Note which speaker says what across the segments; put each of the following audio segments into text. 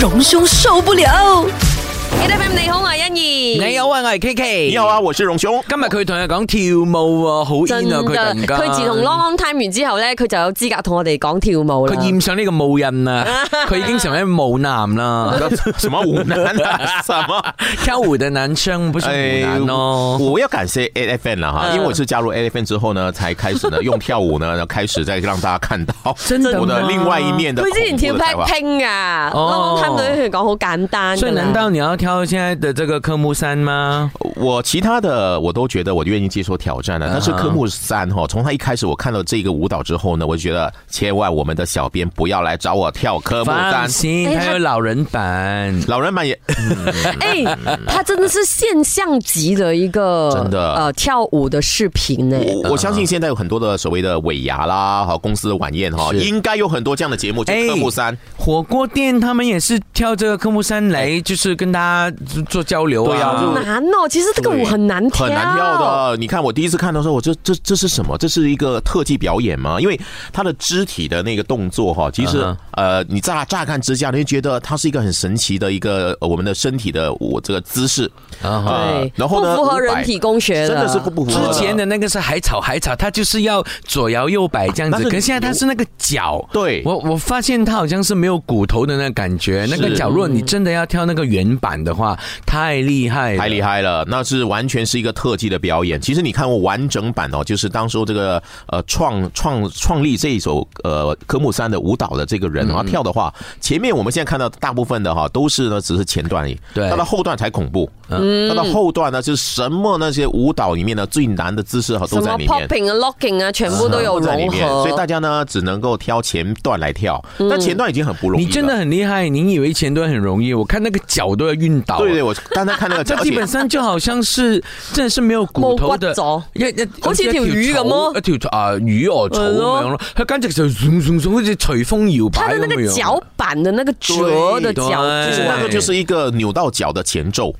Speaker 1: 荣兄受不了。
Speaker 2: A F M 你好，我係欣怡。
Speaker 3: 你好啊，我系 K K。
Speaker 4: 你好啊，我是荣兄。
Speaker 3: 今日佢同佢讲跳舞啊，好
Speaker 2: 真
Speaker 3: in 啊，佢突然
Speaker 2: 嘅，
Speaker 3: 間
Speaker 2: 佢自從 long time 完之後咧，佢就有資格同我哋講跳舞啦
Speaker 3: 佢。染上呢個舞 印啊，佢已經成為舞男 啦，
Speaker 4: 什么湖南啊？ 什么？
Speaker 3: 跳舞的男生不是舞男
Speaker 4: 我
Speaker 3: 哦。
Speaker 4: 哎我要感谢 A F N 了哈，因为我是加入 A F N 之后呢，才开 始呢用跳舞呢，然后开始再让大家看到
Speaker 3: 真的
Speaker 4: 我的
Speaker 3: 嗎
Speaker 4: 另外一面的
Speaker 2: 佢之前跳
Speaker 4: 恐怖的才华
Speaker 2: Blackpink 啊
Speaker 3: 哦
Speaker 2: ，long time 對佢講好簡單㗎啦。
Speaker 3: 所以难道你要跳現在的這個科目三嗎？
Speaker 4: 我其他的我都觉得我愿意接受挑战
Speaker 3: 啊
Speaker 4: 啊的，但是科目三哈，从他一开始我看到这个舞蹈之后呢，我就觉得千万我们的小编不要来找我跳科目
Speaker 3: 放
Speaker 4: 三，
Speaker 3: 心，
Speaker 2: 哎他
Speaker 3: 他有老人版。
Speaker 4: 老人们也
Speaker 2: 哎， 他真的是现象级的一个
Speaker 4: 真的
Speaker 2: 呃跳舞的视频呢。
Speaker 3: 嗯
Speaker 4: 我我相信现在有很多的所谓的尾牙啦，哈，公司的晚宴哈，
Speaker 3: 是
Speaker 4: 应该有很多这样的节目，就
Speaker 3: 哎
Speaker 4: 科目三。
Speaker 3: 火鍋店他們也是跳這個科目三来，就是跟大家做交流
Speaker 4: 对哎啊
Speaker 3: 啊
Speaker 4: 就。
Speaker 2: 难哦，其实这个舞
Speaker 4: 对
Speaker 2: 很难跳，
Speaker 4: 很难跳。的。你看我第一次看的时候，我这这这是什么？这是一个特技表演吗？因为他的肢体的那个动作哈，其实、
Speaker 3: 嗯哼
Speaker 4: 呃，你乍乍看之下，你就觉得它是一个很神奇的一个、呃我们的身体的我这个姿势，
Speaker 3: 啊哈
Speaker 4: 呃
Speaker 2: 对，
Speaker 4: 然后呢
Speaker 2: 不符合
Speaker 4: 500
Speaker 2: 人体工学
Speaker 4: 真
Speaker 2: 的
Speaker 4: 的是不不符合
Speaker 3: 之前的那个是海草海草，它就是要左摇右摆这样
Speaker 4: 但
Speaker 3: 子，
Speaker 4: 是
Speaker 3: 可是现在它是那个脚。
Speaker 4: 对
Speaker 3: 我我发现它好像是没有骨头的那个感觉，那个脚，如果你真的要跳那个原版的话，太厉害了，
Speaker 4: 太厉害了，那是完全是一个特技的表演。其实你看过完整版哦，就是当时候这个呃创创创立这一首呃科目三的舞蹈的这个人，然哦后跳的话，前面我们现在看到大部分的哈都是呢只是前段而已，
Speaker 3: 对
Speaker 4: 到了后段才恐怖，嗯，到了后段呢就是什么那些舞蹈里面呢最难的姿势哈
Speaker 2: 什
Speaker 4: 都在
Speaker 2: 么
Speaker 4: 里面。嗯
Speaker 2: popping 啊、locking 啊，全部都有
Speaker 4: 都在里
Speaker 2: 融
Speaker 4: 面，所以大
Speaker 2: 合。
Speaker 4: 家呢只能够挑前段来跳，但前段已经很不容易
Speaker 3: 你
Speaker 4: 了。
Speaker 3: 真的很厉害，你以为前段很容易，我看那个脚都要晕倒。
Speaker 4: 对对，我刚才看那 个
Speaker 3: 这
Speaker 4: 而
Speaker 3: 基
Speaker 4: 且
Speaker 3: 本上就好像是真的是没有骨頭
Speaker 2: 冇
Speaker 3: 的
Speaker 2: 骨咗，
Speaker 3: 一一
Speaker 2: 好似條魚咁咯
Speaker 3: 一條草啊魚哦草
Speaker 2: 係
Speaker 3: 咁
Speaker 2: 咯
Speaker 3: 樣咯，佢簡直就zoom zoom zoom 好似隨風搖
Speaker 2: 他
Speaker 3: 擺
Speaker 2: 的那
Speaker 3: 咁
Speaker 2: 个
Speaker 3: 樣。
Speaker 2: 脚板的那个折的角
Speaker 3: 对对
Speaker 2: 度
Speaker 4: 那
Speaker 2: 啊
Speaker 4: 个，就是一个扭到脚的前奏。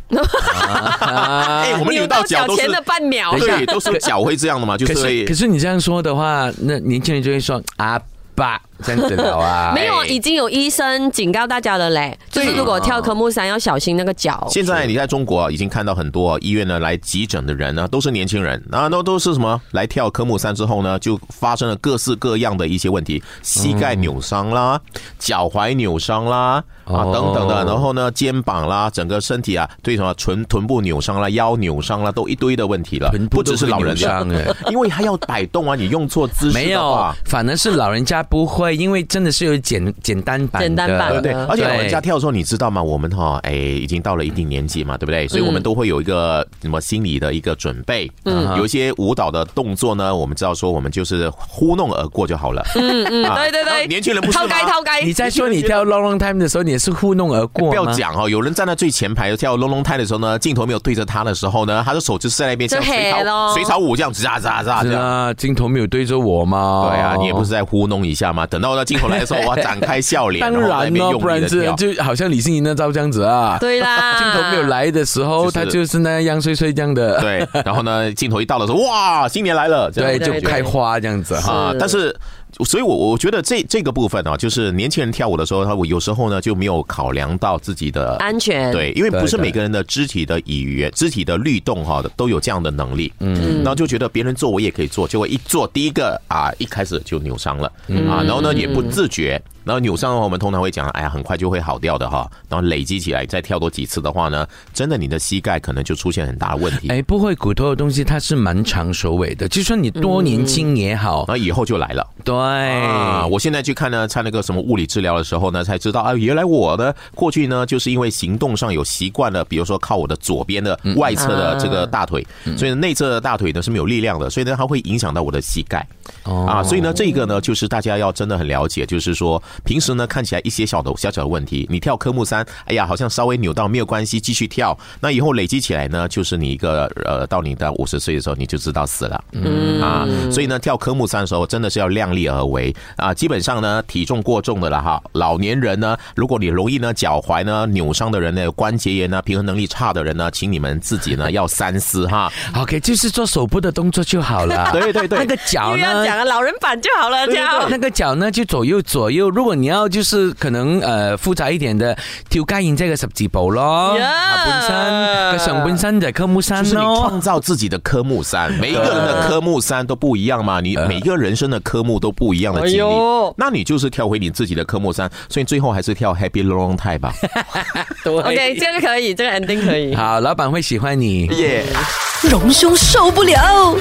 Speaker 3: 啊
Speaker 4: 哎，我们
Speaker 2: 扭
Speaker 4: 扭到脚都是
Speaker 2: 前的半秒
Speaker 3: 等一下
Speaker 4: 对，都是脚会这样的嘛，就
Speaker 3: 可是可
Speaker 4: 是
Speaker 3: 是你这样说的话，那年轻人就会说阿爸这样子了 啊。
Speaker 2: 没有啊，
Speaker 4: 哎
Speaker 2: 已经有医生警告大家了嘞，就是如果跳科目三要小心那个脚。
Speaker 4: 现在你在中国已经看到很多医院呢来急诊的人呢，都是年轻人啊，那都是什么来跳科目三之后呢，就发生了各式各样的一些问题，膝盖扭伤啦，脚踝扭伤啦啊
Speaker 3: 哦
Speaker 4: 等等的，然后呢肩膀啦，整个身体啊，对什么臀臀部扭伤啦，腰扭伤啦，都一堆的问题了
Speaker 3: 臀，部
Speaker 4: 不只是老人
Speaker 3: 都会扭伤
Speaker 4: 的， 因为他要摆动啊，你用错姿势
Speaker 3: 没
Speaker 4: 的
Speaker 3: 有
Speaker 4: 话，，
Speaker 3: 反而是老人家不会，因为真的是有简简单版的，
Speaker 2: 简单版
Speaker 4: 对
Speaker 2: 的
Speaker 4: 不对
Speaker 2: 嗯？
Speaker 4: 而且老人家
Speaker 3: 对
Speaker 4: 跳的时候，你知道吗？我们哈，哎，已经到了一定年纪嘛，对不对？所以我们都会有一个什么心理的一个准备。嗯，有一些舞蹈的动作呢，我们知道说我们就是糊弄而过就好了。嗯嗯
Speaker 2: 对对对，
Speaker 4: 年轻人不是
Speaker 2: 偷
Speaker 4: 吗
Speaker 2: 鸡？偷鸡。
Speaker 4: 哎
Speaker 3: 你在说你跳 long long time 的时候，你也是糊弄而过吗
Speaker 4: 不要讲哦，有人站在最前排跳隆隆胎的时候呢，镜头没有对着他的时候呢，他的手就是在那边像
Speaker 2: 就
Speaker 4: 水
Speaker 2: 黑
Speaker 4: 草
Speaker 2: 咯
Speaker 4: 水草舞这样子啊子啊子啊
Speaker 3: 是
Speaker 4: 这样。
Speaker 3: 啊，镜头没有对着我嘛。
Speaker 4: 对啊，你也不是。在糊弄一下嘛？等到那镜头来 的时候，我要展开笑脸，
Speaker 3: 当
Speaker 4: 后在那
Speaker 3: 然
Speaker 4: 边
Speaker 3: 咯，
Speaker 4: 用
Speaker 3: 不
Speaker 4: 力
Speaker 3: 然
Speaker 4: 的
Speaker 3: 是
Speaker 4: 跳。
Speaker 3: 就好像李欣怡那照这样子啊，
Speaker 2: 对啦，
Speaker 3: 镜头没有。来的时候，
Speaker 4: 就是
Speaker 3: 他就是那样碎碎这样的，
Speaker 4: 对，然后呢，镜头一到的时候，哇，新年来了，这样
Speaker 3: 对，
Speaker 2: 对对
Speaker 3: 就开花这样子哈。
Speaker 4: 啊
Speaker 2: 是，
Speaker 4: 但是，所以我我觉得这这个部分啊，就是年轻人跳舞的时候，他我有时候呢就没有考量到自己的
Speaker 2: 安全
Speaker 4: 对，因为不是
Speaker 3: 对对
Speaker 4: 每个人的肢体的语言、肢体的律动哈、都有这样的能力，嗯，然后就觉得别人做我也可以做，结果一做第一个啊，一开始就扭伤了、
Speaker 3: 嗯
Speaker 4: 啊，然后呢也不自觉。然后扭伤的话，我们通常会讲，哎呀，很快就会好掉的哈。然后累积起来，再跳多几次的话呢，真的你的膝盖可能就出现很大的问题，
Speaker 3: 哎，不会骨头的东西，它是蛮长手尾的，就算你多年轻也好
Speaker 4: 然，后以后就来了。
Speaker 3: 对。
Speaker 4: 嗯啊，我现在去看呢，看那个什么物理治疗的时候呢，才知道啊，原来我的过去呢，就是因为行动上有习惯了，比如说靠我的左边的外侧的这个大腿，所以内侧的大腿呢是没有力量的，所以呢它会影响到我的膝盖。
Speaker 3: 哦
Speaker 4: 啊，所以呢，这个呢，就是大家要真的很了解，就是说平时呢看起来一些小的小小的问题，你跳科目三，哎呀，好像稍微扭到没有关系，继续跳。那以后累积起来呢，就是你一个呃，到你的五十岁的时候，你就知道死了。嗯啊，所以呢，跳科目三的时候真的是要量力而为啊。基本上呢，体重过重的了哈，老年人呢，如果你容易呢脚踝呢扭伤的人呢，关节炎呢，平衡能力差的人呢，请你们自己呢要三思哈。
Speaker 3: OK，就是做手部的动作就好了。
Speaker 4: 对对对
Speaker 3: 那个脚
Speaker 2: 又要
Speaker 3: 呢？
Speaker 2: 讲了老人版就好了，
Speaker 3: 对
Speaker 2: 这
Speaker 3: 对对
Speaker 2: 样。
Speaker 3: 那个脚呢就左右左右。如如果你要就是可能呃复杂一点的，跳街影这个十字步咯，
Speaker 2: Yeah
Speaker 3: 下半身，個上半身就係科目
Speaker 4: 就
Speaker 3: 山
Speaker 4: 是你
Speaker 3: 咯
Speaker 4: 创。造自己的科目三，每一个人的科目三都不一样嘛，你每一个人生的科目都不一样的经历，
Speaker 2: 呃哎呦
Speaker 4: 那你就是跳回你自己的科目三，所以最后还是跳 Happy Long Time 吧。
Speaker 3: 对
Speaker 2: OK，这个可以，这个 ending 可以。
Speaker 3: 好，老板会喜欢你。
Speaker 4: 耶、
Speaker 1: 荣兄受不了。